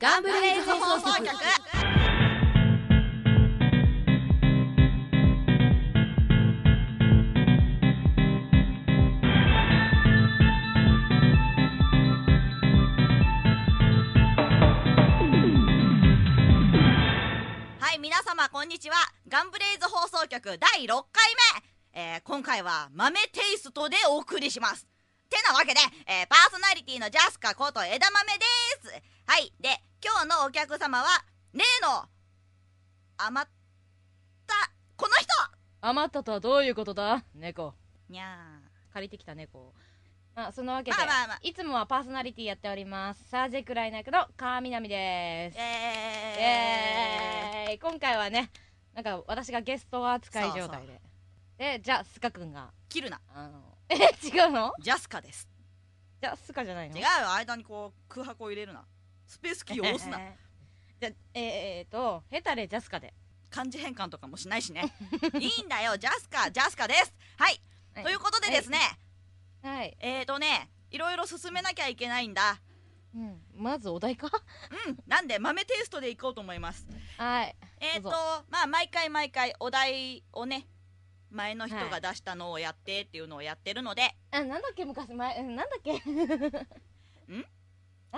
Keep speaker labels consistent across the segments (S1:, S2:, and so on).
S1: ガンブレイズ放送局はい皆様こんにちはガンブレイズ放送局第6回目、えー今回は豆テイストでお送りしますてなわけで、えーパーソナリティのジャスカこと枝豆ですはいで今日のお客様は例の余ったこの人
S2: 余ったとはどういうことだ猫
S1: にゃ
S2: 借りてきた猫まあそのわけで、
S1: まあまあまあ
S2: いつもはパーソナリティやっておりますサージェクライナ役の川南で
S1: ー
S2: すイ
S1: え
S2: エーイ今回はねなんか私がゲスト扱い状態ででじゃあスカくんが
S1: ー切るな
S2: あ のえ違うの
S1: ジャスカです
S2: じゃあスカじゃないの
S1: 違うよ間にこう空白を入れるなスペースキーを押すな
S2: じゃあえー、えーとヘタレジャスカで
S1: 漢字変換とかもしない しねいいんだよジャスカジャスカですはい、
S2: はい
S1: ということでですね、
S2: はい、
S1: えーとねいろいろ進めなきゃいけないんだ
S2: うん、まずお題か
S1: うんなんで豆テイストでいこうと思います
S2: はい
S1: えー
S2: ど
S1: と
S2: うぞ
S1: まあ毎回毎回お題をね前の人が出したのをやってっていうのをやってるので、
S2: あなんだっけ昔前うんなんだっけんなん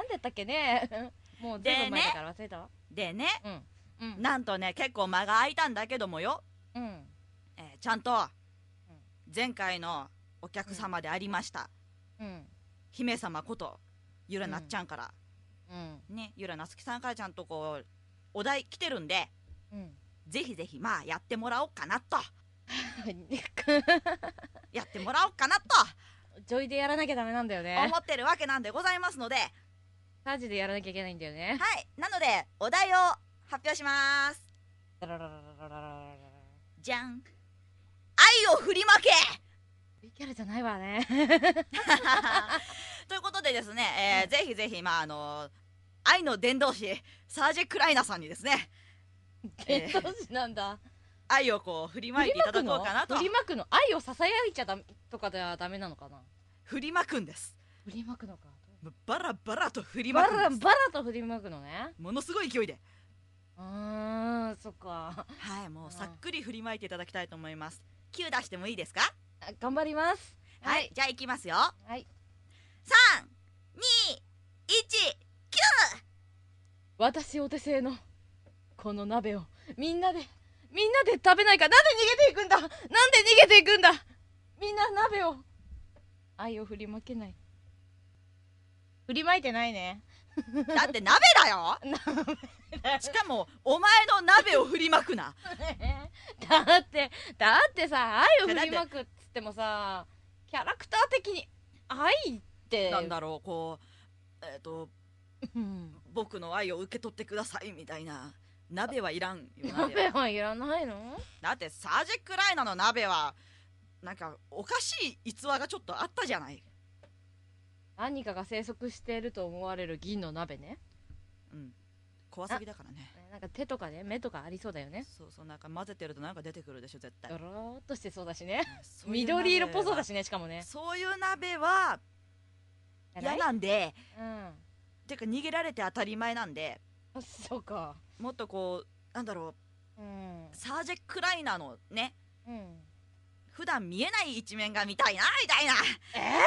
S2: だったっけねもう全部前だから忘れたわ、
S1: でね
S2: うんうん
S1: なんとね結構間が空いたんだけどもよ、
S2: うん
S1: えーちゃんと前回のお客様でありました、
S2: うん
S1: 姫様ことゆらなっちゃんから、
S2: うん
S1: ねゆらなつきさんからちゃんとこうお題来てるんで
S2: うん
S1: ぜひぜひまあやってもらおうかなと
S2: ジ
S1: やってもらおうか なと
S2: ョイでやらなきゃダメなんだよね
S1: 思ってるわけなんでございますので、は
S2: サージでやらなきゃいけないんだよね
S1: いなのでお題を発表します
S2: ラララララララララ
S1: じゃん愛を振りまけ
S2: いいキャラじゃないわね
S1: ということでですね、えーぜひぜひまああの愛の伝道師サージェ・クライナさんにですねえ
S2: 伝
S1: ー
S2: 統師なんだ
S1: 愛をこう振りまいていただこうかなと
S2: 振りまくの愛をささやいちゃダメとかではダメなのかな
S1: 振りまくんです
S2: 振りまくのか
S1: バラバラと振りま
S2: バ
S1: くん
S2: ラ
S1: です
S2: バラと振りまくのね
S1: ものすごい勢いで
S2: うーんそっか
S1: はいも
S2: あ
S1: う
S2: ー
S1: さっくり振りまいていただきたいと思います9出してもいいですか
S2: あ頑張ります
S1: はい、
S2: はい
S1: じゃあいきますよ
S2: はい
S1: 321
S2: 私お手製のこの鍋をみんなでみんなで食べないかなんで逃げていくんだなんで逃げていくんだみんな鍋を愛を振りまけない振りまいてないね
S1: だって 鍋だよしかもお前の鍋を振りまくな
S2: だってだってさ愛を振りまくっつってもさキャラクター的に愛って
S1: なんだろうこうえっ、と
S2: うん
S1: 僕の愛を受け取ってくださいみたいな鍋はいらんよ鍋
S2: 鍋
S1: は
S2: はいらないの
S1: だってサージェクライナの鍋はなんかおかしい逸話がちょっとあったじゃない、
S2: 何かが生息していると思われる銀の鍋ね
S1: うん、怖すぎだからね
S2: なんか手とかね目とかありそうだよね
S1: そうそうなんか混ぜてるとなんか出てくるでしょ絶対
S2: ドローっとしてそうだしね
S1: そういう鍋は
S2: 緑色っぽそうだしねしかもね
S1: そういう鍋は嫌なんで
S2: う
S1: てか逃げられて当たり前なんで
S2: ん そうか
S1: もっとこうなんだろ
S2: うん
S1: うサージェ・クライナーのね
S2: うん
S1: 普段見えない一面が見たいなみたいな
S2: え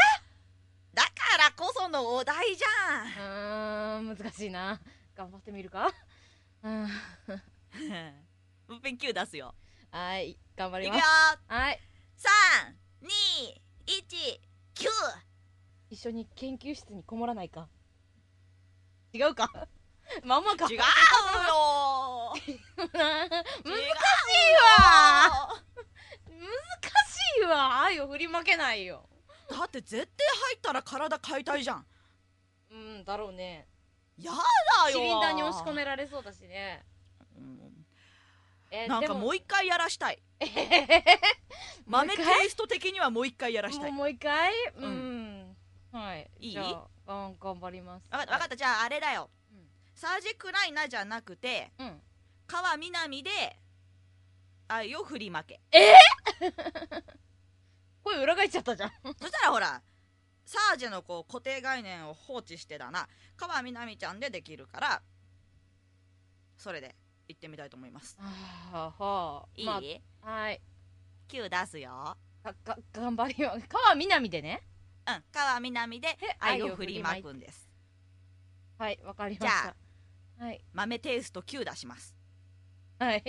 S1: だからこそのお題じ
S2: うーん難しいな頑張ってみるかうん
S1: ゃんもうペン9出すよ
S2: はい頑張
S1: いく
S2: り
S1: よ
S2: ますはい
S1: 321
S2: 一緒に研究室にこもらないか違うか まんまか
S1: 違う
S2: う
S1: よ
S2: 難
S1: 違うよ
S2: しいわ愛を振りまけないよ
S1: だって絶対入ったら体解体じゃん
S2: うんだろうね
S1: やだよ
S2: シリンダーに押し込められそうだしね
S1: うん
S2: え
S1: なんかもう一回やらしたい 豆テイスト的にはもう一回やらしたい
S2: もう一回
S1: うん
S2: うん、はい
S1: いい
S2: じゃあうん頑張ります
S1: 分かった分かったじゃああれだよ、
S2: うん
S1: サージェクライナじゃなくて
S2: たうん
S1: 川南で愛を振りまけ
S2: 声裏返っちゃったじゃん
S1: そしたらほらサージェのこう固定概念を放置してだな川南ちゃんでできるからそれで行ってみたいと思います
S2: ああはあ
S1: いい、
S2: まあ、はい
S1: 9出すよ
S2: がが頑張りよ川南でね
S1: うん川南で
S2: え
S1: 愛を振りまくんです
S2: はいわかりましたはい
S1: 豆テイスト9出します
S2: はい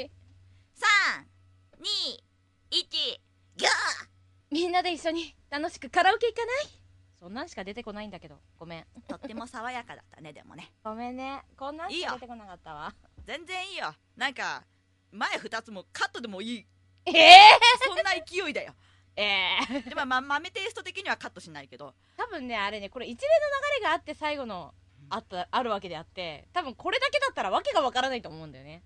S1: 321ギャー
S2: みんなで一緒に楽しくカラオケ行かないそんなんしか出てこないんだけどごめん
S1: とっても爽やかだったねでもね
S2: ごめんねこんなん
S1: いい
S2: し
S1: よ
S2: か出てこなかったわ
S1: 全然いいよなんか前2つもカットでも いい
S2: え
S1: そんな勢いだよ
S2: えええ
S1: でも、ま、豆テイスト的にはカットしないけど
S2: 多分ねあれねこれ一連の流れがあって最後のあったあるわけであって多分これだけだったらわけがわからないと思うんだよね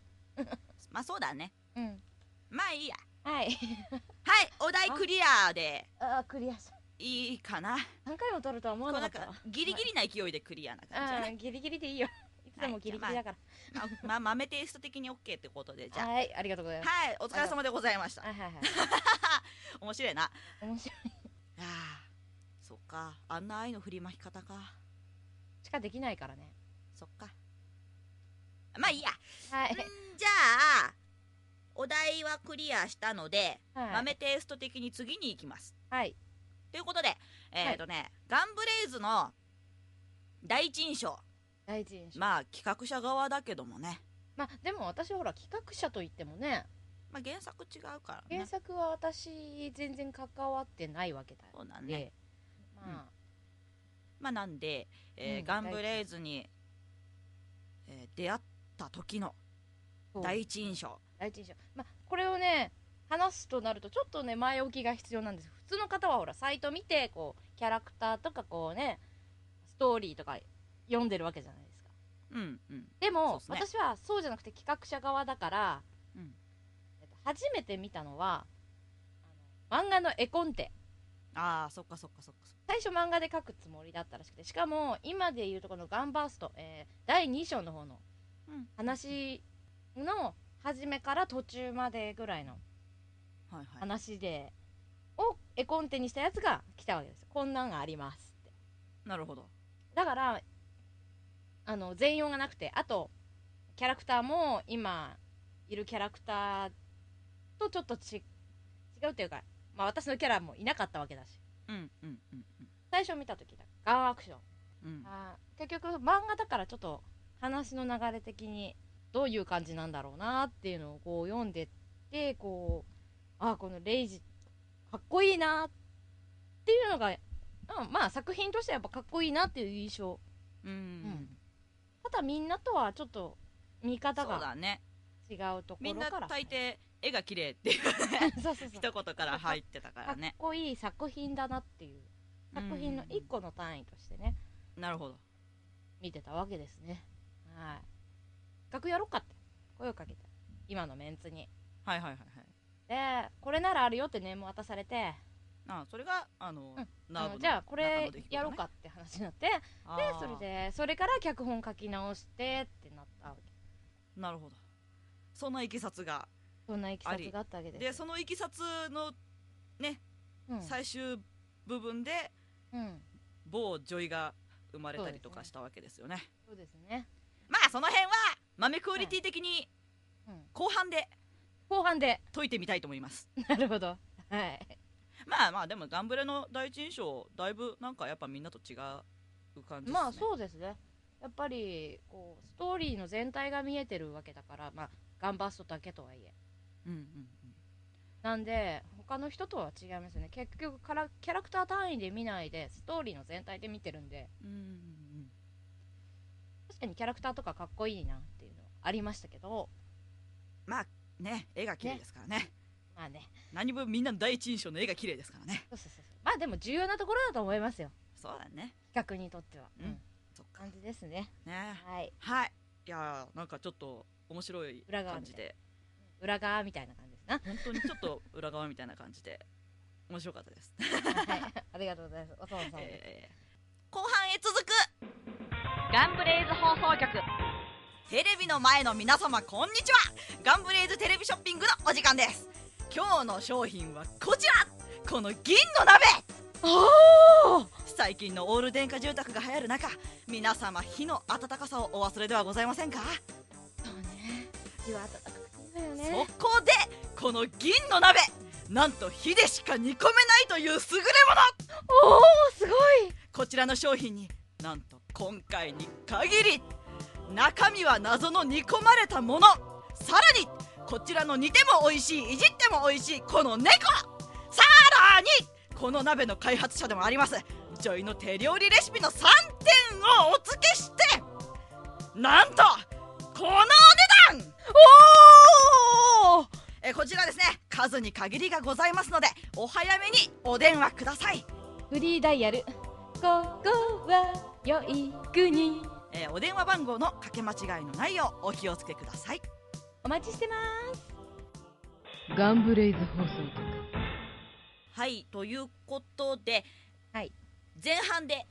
S1: まあそうだね
S2: うん
S1: まあいいや
S2: はい
S1: はいお題クリアで
S2: あークリアした
S1: いいかな
S2: 何回も取るとは思
S1: こ
S2: わ
S1: う
S2: なか
S1: なん
S2: ったわ
S1: かギリギリな勢いでクリアな感じだ
S2: う
S1: ね
S2: んギリギリで いいよいつでもギリギリだから
S1: まあまあ豆テイスト的に OK ってことでじゃあ
S2: はいありがとうございます
S1: はいお疲れ様でございました
S2: はいはいはい
S1: 面白いな
S2: 面白い
S1: あーそっかあんな愛の振りまき方か
S2: しかできないからね
S1: そっかまあいいや
S2: は
S1: ん
S2: い
S1: じゃあお題はクリアしたので、
S2: はい
S1: 豆テイスト的に次に行きます
S2: はい
S1: ということでえっ、とね、ガンブレイズの第一印象
S2: 第一印象
S1: まあ企画者側だけどもね、
S2: まあでも私ほら企画者といってもね
S1: まあ、原作違うから
S2: 原
S1: ね
S2: 作は私全然関わってないわけだ
S1: そうだ
S2: で、
S1: ね、
S2: ま
S1: まあなんで、えー
S2: うん
S1: ガンブレイズに、えー出会った時の
S2: あ
S1: 第一印象
S2: 第一印象まあこれをね話すとなるとちょっとね前置きが必要なんです普通の方はほらサイト見てこうキャラクターとかこうねストーリーとか読んでるわけじゃないですか
S1: うんうん
S2: で
S1: そう
S2: も、
S1: っすね
S2: 私はそうじゃなくて企画者側だから、
S1: うん
S2: えっと初めて見たのはあの漫画の絵コンテ
S1: ああそっかそっかそっかそっか
S2: 最初漫画で描くつもりだったらしくてしかも今でいうとこのガンバースト、えー第2章の方の
S1: うん
S2: 話の初めから途中までぐらいの
S1: はいはい
S2: 話で、を絵コンテにしたやつが来たわけですよこんなんがありますって
S1: なるほど
S2: だからあの全容がなくてあとキャラクターも今いるキャラクターとちょっとち違うというか、まあ、私のキャラもいなかったわけだし
S1: うんうんうん
S2: 最初見た時だガンアクション
S1: うんうん
S2: あー結局漫画だからちょっと話の流れ的にどういう感じなんだろうなっていうのをこう読んでってこうあーこのレイジかっこいいなっていうのが、うんまあ作品としてはやっぱかっこいいなっていう印象
S1: うんうん
S2: ただみんなとはちょっと見
S1: そ
S2: 方
S1: う
S2: が
S1: だね
S2: 違うとこ
S1: み
S2: ろ
S1: ん
S2: か
S1: な
S2: ら
S1: 大抵絵が綺麗っていう
S2: そうそうそう
S1: 一言から入ってたか
S2: からっ
S1: ね
S2: こいい作品だなっていう作品の一個の単位としてね
S1: うんなるほど
S2: 見てたわけですねはい企画やろうかって声をかけて今のメンツに
S1: はいはいはいはい
S2: でこれならあるよってネーム渡されて
S1: あそれがあの、
S2: うん
S1: ナ
S2: あ
S1: ー
S2: の
S1: ブの
S2: じゃあこ
S1: 中
S2: れ
S1: の出来事ね
S2: やろうかって話になって
S1: あ
S2: で
S1: ー
S2: それでそれから脚本書き直してってなったわけ
S1: なるほどそんないきさつが
S2: そんないきさ
S1: あ
S2: つ
S1: り
S2: があったわけです
S1: でそのいきさつの
S2: うん
S1: 最終部分で、
S2: うん
S1: 某女医が生まれたりとかしたわけですよね
S2: そうですね
S1: まあその辺は豆クオリティ的に
S2: うん
S1: 後半で
S2: 後半で
S1: 解いてみたいと思います、
S2: なるほどはい
S1: まあまあでもガンブレの第一印象だいぶなんかやっぱみんなと違う感じですね
S2: まあそうですねやっぱりこうストーリーの全体が見えてるわけだからまあガンバーストだけとはいえ
S1: うんうんうん
S2: なんで他の人とは違いますよね結局からキャラクター単位で見ないでストーリーの全体で見てるんで
S1: うんうん
S2: 確かにキャラクターとかかっこいいなっていうのはありましたけど
S1: まあね絵が綺麗ですからね
S2: まあね
S1: 何分みんなの第一印象の絵が綺麗ですからね
S2: そうそうそうそうまあでも重要なところだと思いますよ
S1: そうだね
S2: 企画にとっては
S1: うんそっか
S2: 感じですね
S1: ね
S2: はい
S1: はいいやーなんかちょっと面白い
S2: 裏側
S1: 感
S2: みた
S1: じ
S2: いな
S1: で
S2: 裏側みたいな感じ で
S1: 本当にちょっと裏側みたいな感じで面白かったです
S2: すなはいありがとうございますお父さんです
S1: えー後半へ続く
S2: ガンブレイズ放送局
S1: テレビの前の皆様こんにちはガンブレイズテレビショッピングのお時間です今日の商品はこちらこの銀の鍋
S2: おお
S1: 最近のオール電化住宅が流行る中皆様火の温かさをお忘れではございませんか
S2: そうね秋は暖かくていいわよね
S1: そこでこの銀の鍋なんと火でしか煮込めないという優れもの
S2: おおすごい
S1: こちらの商品になんと今回に限り中身は謎の煮込まれたものさらにこちらの煮ても美味しいいじっても美味しいこの猫さらにこの鍋の開発者でもありますジョイの手料理レシピの3点をお付けしてなんとこのお値段
S2: おお
S1: えーこちらですね数に限りがございますのでお早めにお電話ください、
S2: フリーダイヤルここは良い国
S1: えーお電話番号のかけ間違いのないようお気をつけください
S2: お待ちしてますガンブレイズ放送
S1: はいということで、
S2: はい
S1: 前半で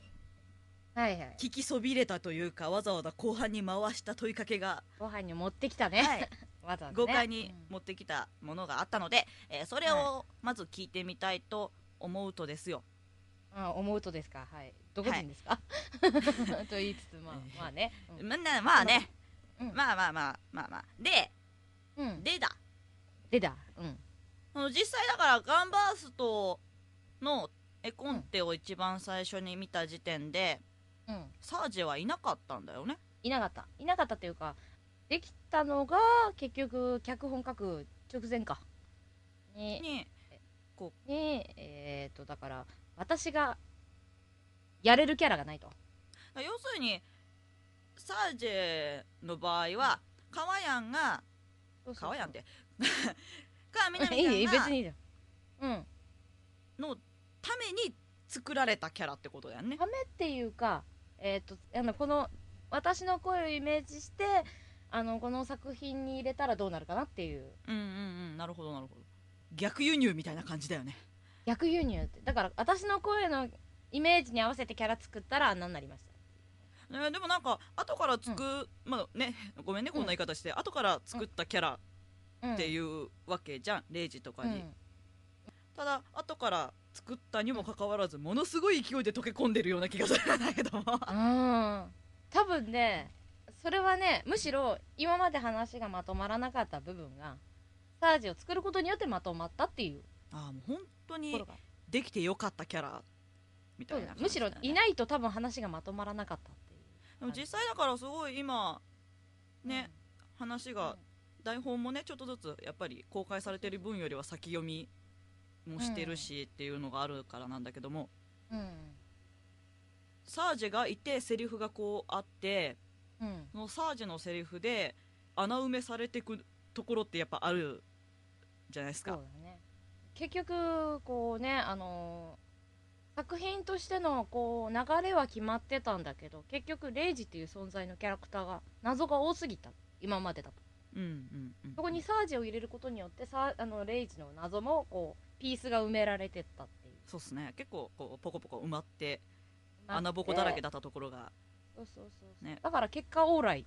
S2: はいはい
S1: 聞きそびれたというかわざわざ後半に回した問いかけが、
S2: ご飯に持ってきたね、
S1: はい
S2: わざわざ、ね、
S1: 豪快に持ってきたものがあったので、えーそれをまず聞いてみたいと思うとですよ、
S2: うん、あ思うとですかはいどこ人ですか、 と言いつつまあまあね、うん
S1: まあまあね、
S2: うん
S1: まあまあまあまあまあで
S2: うん、で
S1: でだ
S2: 出たうん
S1: その実際だからガンバーストの絵コンテを一番最初に見た時点で、
S2: うん
S1: サージェはいなかったんだよね
S2: いなかったいなかったというかできたのが結局脚本書く直前かに
S1: に
S2: にえっ、とだから私がやれるキャラがないと
S1: 要するにサージェの場合はカワヤンがカワヤンって かみな み
S2: いいいい
S1: さ
S2: 別
S1: んが
S2: にいいじゃんうん
S1: のために作られたキャラってことだよね
S2: ためっていうかえっ、とあのこの私の声をイメージしてあのこの作品に入れたらどうなるかなっていう
S1: うんうんうんなるほどなるほど逆輸入みたいな感じだよね
S2: 逆輸入ってだから私の声のイメージに合わせてキャラ作ったらあんなになりました
S1: えーでもなんか後から作、まあねごめんねこんな言い方して、後から作ったキャラ
S2: うん
S1: っていうわけじゃん、レイジとか
S2: う
S1: に、
S2: ん
S1: ただ後から作ったにもかかわらずものすごい勢いで溶け込んでるような気がするんだけ ども
S2: うん多分ねそれはねむしろ今まで話がまとまらなかった部分がサージを作ることによってまとまったっていう
S1: ああもう本当
S2: とこ
S1: に
S2: ろが
S1: できてよかったキャラみたいな感じ
S2: むしろ
S1: だよね
S2: いないと多分話がまとまらなかったってい
S1: でも実際だからすごい今
S2: う
S1: ね、話が、
S2: うん
S1: 台本もねちょっとずつやっぱり公開されてる分よりは先読みもしてるしっていうのがあるからなんだけども、
S2: うん
S1: サージェがいてセリフがこうあって
S2: うん
S1: そのサージェのセリフで穴埋めされてくところってやっぱあるじゃないです
S2: そう
S1: か
S2: だね結局こうねあのー作品としてのこう流れは決まってたんだけど結局レイジっていう存在のキャラクターが謎が多すぎた今までだと
S1: うんうんうん
S2: そこにサージを入れることによってサーあのレイジの謎もこうピースが埋められてったっていう
S1: そうっすね結構こうポコポコ埋まって穴ぼこだらけだったところが
S2: そうそうそうそう、
S1: ね
S2: だから結果オーライ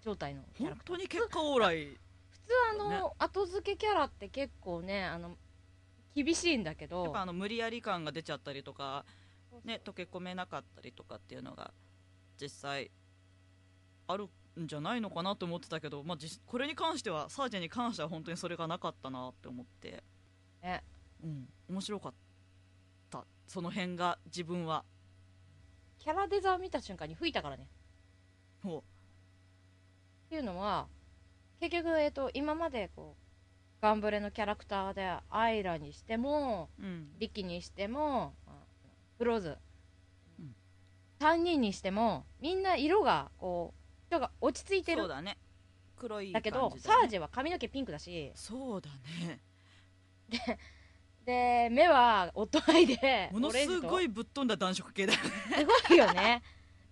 S2: 状態のキャラ
S1: 本
S2: クター
S1: 当に結果オーライ
S2: 普通あの、後付けキャラって結構ねあの厳しいんだけ
S1: やっ
S2: ど
S1: ぱあの無理やり感が出ちゃったりとか
S2: そうそう
S1: ね、溶け込めなかったりとかっていうのが実際あるんじゃないのかなと思ってたけど、まあ、実これに関してはサージェに関しては本当にそれがなかったなって思って、
S2: ね
S1: うん、面白かったその辺が自分は
S2: キャラデザー見た瞬間に吹いたからね
S1: も
S2: っていうのは結局、えっと今までこうガンブレのキャラクターでアイラにしても
S1: う、うん、
S2: リキにしてもあフローズ、
S1: うん
S2: 3人にしてもみんな色がこう人が落ち着いて
S1: そう
S2: るだ,、
S1: だね黒い
S2: けど、
S1: 感じ
S2: サ
S1: だね
S2: ージェは髪の毛ピンクだし
S1: そうだね
S2: で目はオットアイで
S1: ものすご
S2: い
S1: いぶっ飛んだ暖色系だよね
S2: すごいよね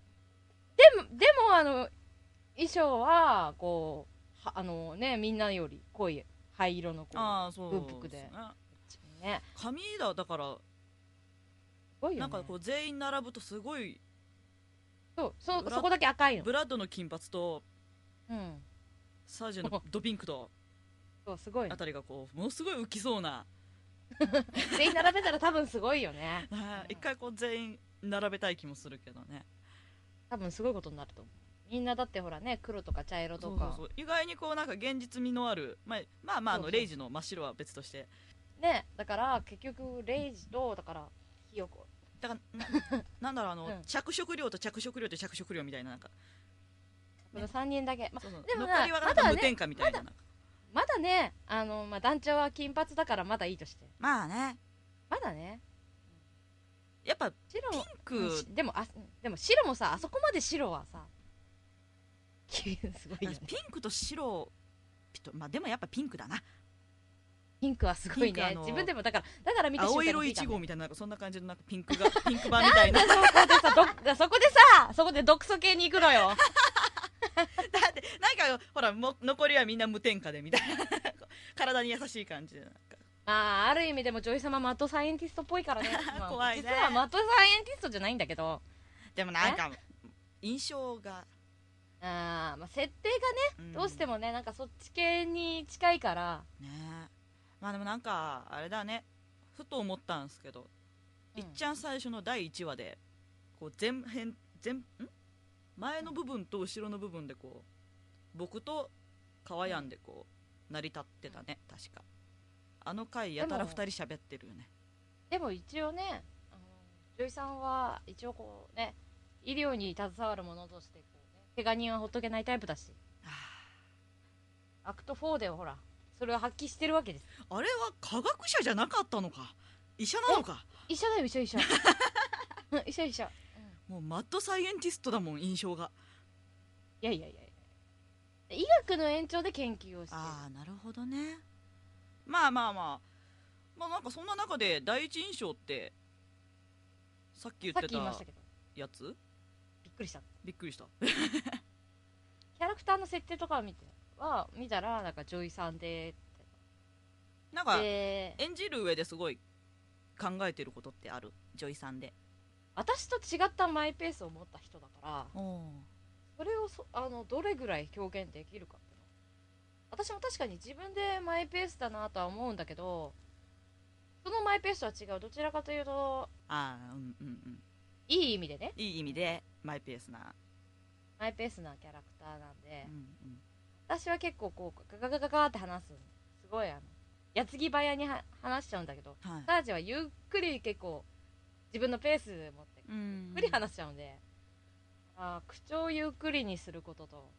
S2: でもでもあの衣装はこうはあのねみんなより濃い灰色の子
S1: ああそう
S2: 文福でね
S1: 髪だだから
S2: すごいよ、ね、
S1: なんかこう全員並ぶとすごい
S2: そうそ
S1: ブラ
S2: そこだけ赤いの
S1: ブラッドの金髪と
S2: うん
S1: サージェのドピンクと
S2: そうすごい
S1: あ
S2: ね
S1: たりがこうものすごい浮きそうな
S2: 全員並べたら多分すごいよね
S1: 一回こう全員並べたい気もするけどね
S2: 多分すごいことになると思うみんなだってほらね黒とか茶色と
S1: そう
S2: か
S1: そうそう意外にこうなんか現実味のある、まあ、まあまああ
S2: そうそ
S1: の
S2: う
S1: レイジの真っ白は別として
S2: ねだから結局レイジとだからひよこ
S1: だからな なんだろうあの、
S2: うん
S1: 着色料と着色料と着色料みたいななんか
S2: この3人だけ、ま
S1: そうそう
S2: でもな
S1: 残りはなん
S2: まだ
S1: か
S2: ね
S1: 無添加みたいな,、なんか
S2: まだねあの、まあ、団長は金髪だからまだいいとして
S1: まあね
S2: まだね
S1: やっぱ
S2: 白
S1: ピン
S2: も
S1: ク
S2: うんしでもあでも白もさあそこまで白はさ すごいよね
S1: ピンクと白ピとまあでもやっぱピンクだな
S2: ピンクはすごい
S1: ピンクあ
S2: ね
S1: の
S2: 自分でもだからだから見て
S1: 青色
S2: に気づ
S1: 1
S2: いた
S1: 号みたいななんかそんな感じのなんかピン クがピンク版みたいなだ
S2: のさどだそこでさそこで毒素系に行くのよ
S1: ってなんかほらも残りはみんな無添加でみたいな 体に優しい感じでなんか
S2: まあある意味でもジョイ様マッドサイエンティストっぽい からね、まあ
S1: 怖いね
S2: 実はマッドサイエンティストじゃないんだけど
S1: でもなんか印象が、
S2: あーまあ設定がね
S1: ん
S2: どうしてもねなんかそっち系に近いから、
S1: ねまあでもなんかあれだねふと思ったんですけど、いっちゃん最初の第1話でこう前編前ん前の部分と後ろの部分でこう僕と川やんでこう成り立ってたね確かあの回やたら2
S2: でも
S1: 人喋ってるよね
S2: でも一応ねあの女医さんは一応こうね医療に携わるものとしてこう、ね、怪我人はほっとけないタイプだしアクト4ではほらそれを発揮してるわけです
S1: あれは科学者じゃなかったのか医者なのか
S2: 医者だよ医者 医者うん医者医者、うん
S1: もうマッドサイエンティストだもん印象が
S2: いやいやいやいや医学の延長で研究をしてる
S1: ああなるほどねまあまあまあまあなんかそんな中で第一印象ってさっき言っ
S2: さってき言いま
S1: た
S2: したけど
S1: やつ
S2: びっくりした
S1: びっくりした
S2: キャラクターの設定とかを見ては見たらなんか女医さんで
S1: なんか
S2: で
S1: 演じる上ですごい考えてることってある女医さんで
S2: 私と違ったマイペースを持った人だから
S1: お
S2: それをそあのどれぐらい表現できるかっていうの私も確かに自分でマイペースだなとは思うんだけどそのマイペースとは違うどちらかというと
S1: ああうんうんうん
S2: いい意味でね
S1: いい意味でマイペースな、
S2: マイペースなキャラクターなんで
S1: うんうん、
S2: 私は結構こうガガガガガーって話すすごいあの矢継ぎ早には話しちゃうんだけど
S1: はい
S2: サージはゆっくり結構自分のペース持って
S1: う
S2: ゆ
S1: ん
S2: っくり話しちゃうんで、あー口調をゆっくりにすることと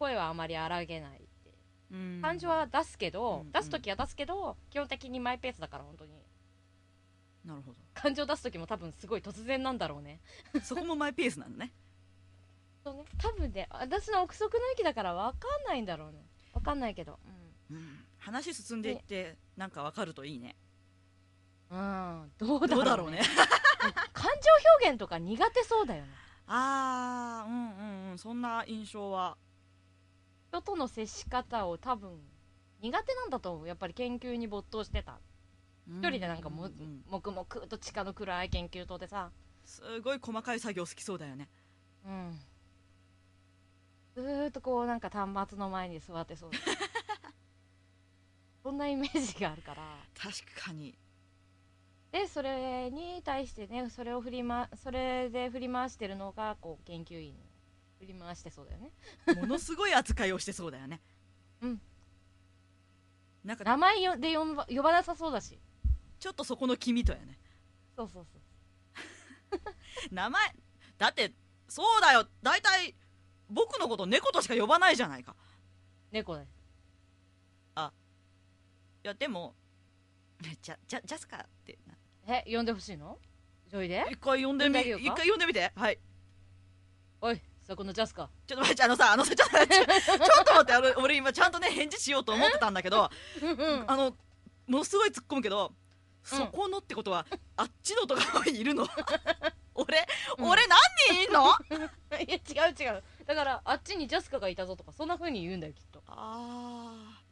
S2: 声はあまり荒げないって
S1: うん
S2: 感情は出すけ
S1: うん
S2: ど、
S1: うん
S2: 出すときは出すけど基本的にマイペースだから本当に
S1: なるほ
S2: 感情出すときも多分すごい突然なんだろうね
S1: どそこもマイペースなのね
S2: そうね多分ね私の憶測の域だから分かんないんだろうね分かんないけど
S1: うん話進んでいってなんかわかるといいね
S2: うん、うん、どうだ
S1: ど
S2: ろ
S1: う
S2: う,、
S1: だろうね
S2: 感情表現とか苦手そうだよね
S1: ああうんうんうんそんな印象は
S2: 人との接し方を多分苦手なんだと思うやっぱり研究に没頭してた
S1: 一
S2: 一人でなんかも、
S1: ううん
S2: 黙々と地下の暗い研究棟でさ、
S1: すごい細かい作業好きそうだよね
S2: うん、ずーっとこうなんか端末の前に座ってそう そんなイメージがあるから
S1: 確か に
S2: でそれに対してねそれを振り、ま、それで振り回してるのがこう研究員振り回してそうだよね
S1: ものすごい扱いをしてそうだよね
S2: うん
S1: なんか
S2: 名前よで呼ば呼ばなさそうだし
S1: ちょっとそこの君とやね
S2: そうそうそう
S1: 名前だってそうだよ大体僕のこと猫としか呼ばないじゃないか
S2: 猫だよ
S1: いやでもねジャジャジャスカってな
S2: え呼んでほしいのジョイで
S1: 一回呼んでみ
S2: 呼んであげようか
S1: 一回呼んでみてはい
S2: おいそこのジャスカ
S1: ちょっと待ってあのさあのさちょっと待ってちょちょっと待ってあの俺今ちゃんとね返事しようと思ってたんだけど
S2: うん うん
S1: あのものすごい突っ込むけど、そこのってことはあっちのとかい るの俺、
S2: うん
S1: 俺何人いんのあ
S2: いや違う違うだからあっちにジャスカがいたぞとかそんな風に言うんだよきっと
S1: あ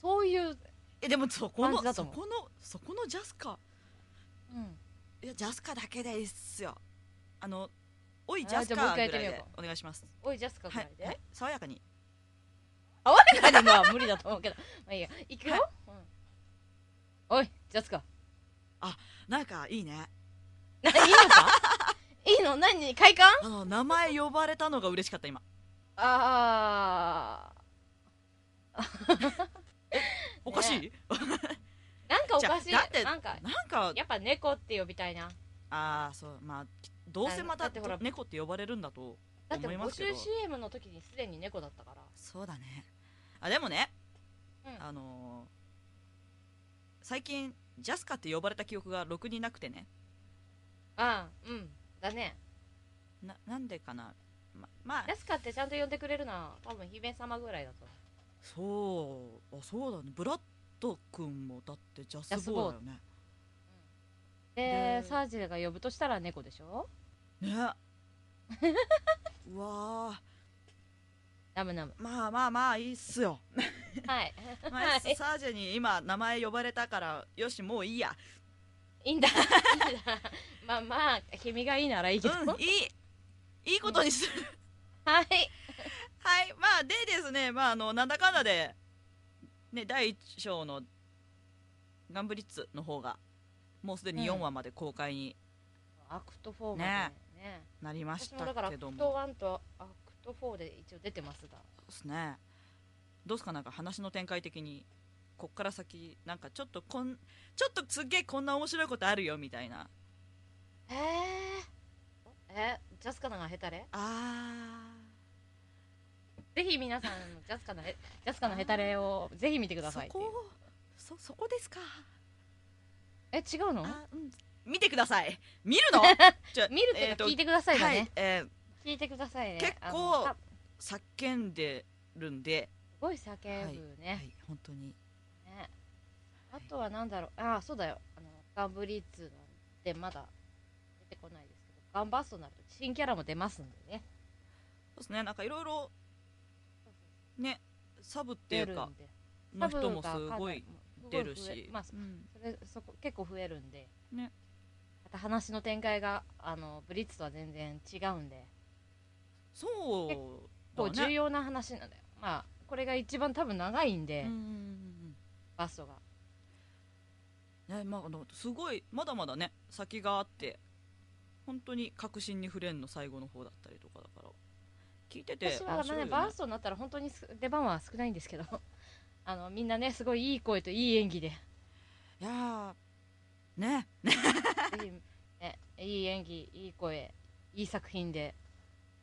S2: そういう、
S1: えでもそこ
S2: 感
S1: の
S2: じだと
S1: そ
S2: 思う
S1: このそこのジャスカいやジャスカだけでいいっすよあのおい
S2: あ
S1: ジャスカ
S2: じゃあもう一
S1: ぐら
S2: 回
S1: い
S2: やってみ
S1: で
S2: よう
S1: お願いします
S2: おいジャスカぐ
S1: は
S2: ら
S1: い
S2: い、で、
S1: はい爽やかに
S2: あわれかには無理だと思うけどまあいいや行くよ、うんおいジャスカ
S1: なんかいいね
S2: ないいのかいいの何快感
S1: あの名前呼ばれたのが嬉しかった今
S2: あ
S1: おかしい、
S2: ーなんかおかしい
S1: じゃあだって
S2: なんか
S1: なんか
S2: やっぱ猫って呼びたいな
S1: ああそうまあきどうせま
S2: だ
S1: た
S2: ってほら
S1: 猫って呼ばれるんだと
S2: だって
S1: 思い
S2: 募
S1: ますけ
S2: 集
S1: ど
S2: CM の時にすでに猫だったから
S1: そうだねあでもね、
S2: うん
S1: あのー最近ジャスカって呼ばれた記憶がろくになくてね
S2: ああうんだね
S1: ななんでかなままあ
S2: ラスカってちゃんと呼んでくれるのは多分姫様ぐらいだと
S1: そうあそうだねブラッド君もだってジャスボーだよね
S2: で
S1: で
S2: サージェが呼ぶとしたら猫でしょ
S1: ね うわ
S2: ナムナ ム
S1: ーまあまあまあいいっすよ、
S2: はい
S1: ま
S2: は
S1: あ、
S2: い
S1: サージェに今名前呼ばれたからよしもういいや
S2: いいんだ いいんだまあまあ君がいいならいいけど、
S1: うんいいいいことにする
S2: はい
S1: はい、まあでですね、まああのなんだかんだで、ね、第1章のガンブリッツの方が、もうすでに4
S2: うん
S1: 話まで公開に
S2: アクト4までね
S1: なりまし
S2: 私もだから
S1: た
S2: ア
S1: け
S2: クト
S1: ども、
S2: 1とアクト4で一応出てますが
S1: そうですね、どうすか、なんか話の展開的に、こっから先、なんかちょっとこん、ちょっとすっげえこんな面白いことあるよみたいな、
S2: えー、えジャスカナがヘタレ
S1: あ
S2: ぜひ皆さんジャスカナヘジャスカナヘタレをぜひ見てく
S1: ー、
S2: だ
S1: そ
S2: さいっていう
S1: こ、そそこですか、
S2: え違うの
S1: あうん、見てください、見る のじゃ
S2: 見るっていうか聞いてください
S1: えーと
S2: だ
S1: は
S2: ね、
S1: い、えー
S2: 聞いてくださいね
S1: 結構
S2: あのたす
S1: 叫んでるんで、
S2: ごい叫ぶね,、
S1: い、本当に
S2: ねあとはなんだろうああそうだよあのガンブリッツなんてまだ出てこないですけどガンバーストになると新キャラも出ますんでね
S1: そうですねなんかいろいろねサブってい
S2: 出
S1: う
S2: る
S1: か
S2: んで
S1: の人もす
S2: 多
S1: ご
S2: 分
S1: い
S2: がかなり
S1: 出る
S2: すごい増
S1: し
S2: えまあそ
S1: うん
S2: れそこ結構増えるんで
S1: ね
S2: また話の展開があのブリッツとは全然違うんで
S1: そう
S2: こう
S1: だ
S2: 重
S1: ね
S2: 要な話なんだよ、まあこれが一番多分長いんで、
S1: うんうんうん
S2: バーストが
S1: うんねまああのすごいまだまだね先があって本当に確信に触れんの最後の方だったりとかだから聞いてて
S2: 私は
S1: 面
S2: ね
S1: 白いよね
S2: バーストになったら本当にす出番は少ないんですけど あのみんなねすごいいい声といい演技 でぜ
S1: いやーね
S2: ひ、ね、いい演技いい声いい作品で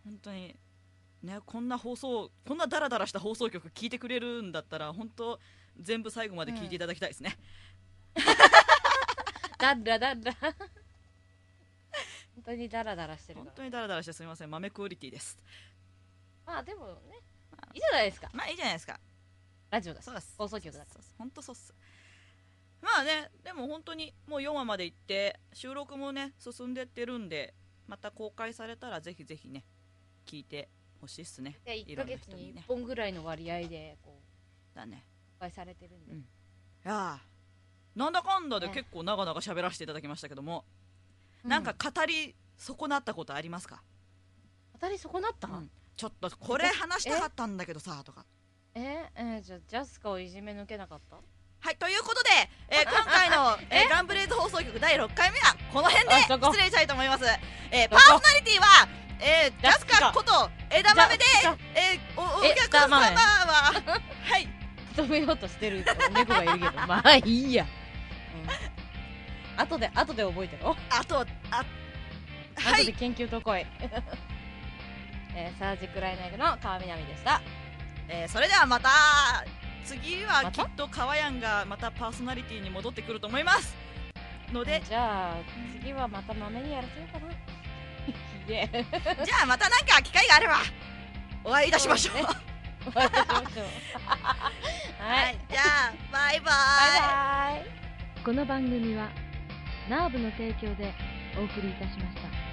S1: 本当にねこんな放送こんなダラダラした放送局聞いてくれるんだったら本当全部最後まで聞いていただきたいですね、
S2: ダッラダッラ 本当にダラダラしてるか
S1: 本当
S2: ら
S1: にダラダラしてすみません豆クオリティです
S2: まあでもねいいじゃないですか
S1: まあいいじゃないですか
S2: ラジオだし
S1: そうです
S2: 放送局だか
S1: そうです本当そうっすまあねでも本当にもう4話まで行って収録もね進んでってるんでまた公開されたらぜひぜひね聞いてほしいっすね
S2: らで
S1: い
S2: 1
S1: ろ
S2: ヶ
S1: んな
S2: 月
S1: 人に
S2: に
S1: ね
S2: 1本ぐらいの割合でこう
S1: だね
S2: 公開されてるんで、
S1: うんいやーなんだかんだで
S2: ね
S1: 結構長々喋らせていただきましたけども、なんか語り損なったことありますか
S2: 当たり損なった、
S1: うんちょっとこれ話したかったんだけどさとか
S2: ええーじゃあジャスカをいじめ抜けなかった
S1: はいということで、えー 今回の、えーガンブレイズ放送局第6回目はこの辺で
S2: あそこ
S1: 失礼したいと思います、えー
S2: そ
S1: パ
S2: こ
S1: ーソナリティは、えー、ジャスカこと枝豆で、
S2: ジャ
S1: えー、おお
S2: え
S1: 客様は
S2: 枝豆
S1: はい
S2: 止めようとしてる猫がいる けどまあいいや、うん、後で後で覚えてろ、
S1: あとあは
S2: 後で
S1: い
S2: 研究と来い えー、サージクライナイグの川南でした
S1: えーそれではまた次は
S2: ま
S1: き
S2: た
S1: っとカワヤンがまたパーソナリティに戻ってくると思いますので
S2: じゃあ次はまた豆にやらせようかな ひげ
S1: じゃあまたなんか機会があればお会いいたしま しょう
S2: そうですね終わりましょう はい、
S1: はいじゃあバイバ
S2: バイ
S1: イ
S2: バイ
S3: この番組はナーブの提供でお送りいたしました。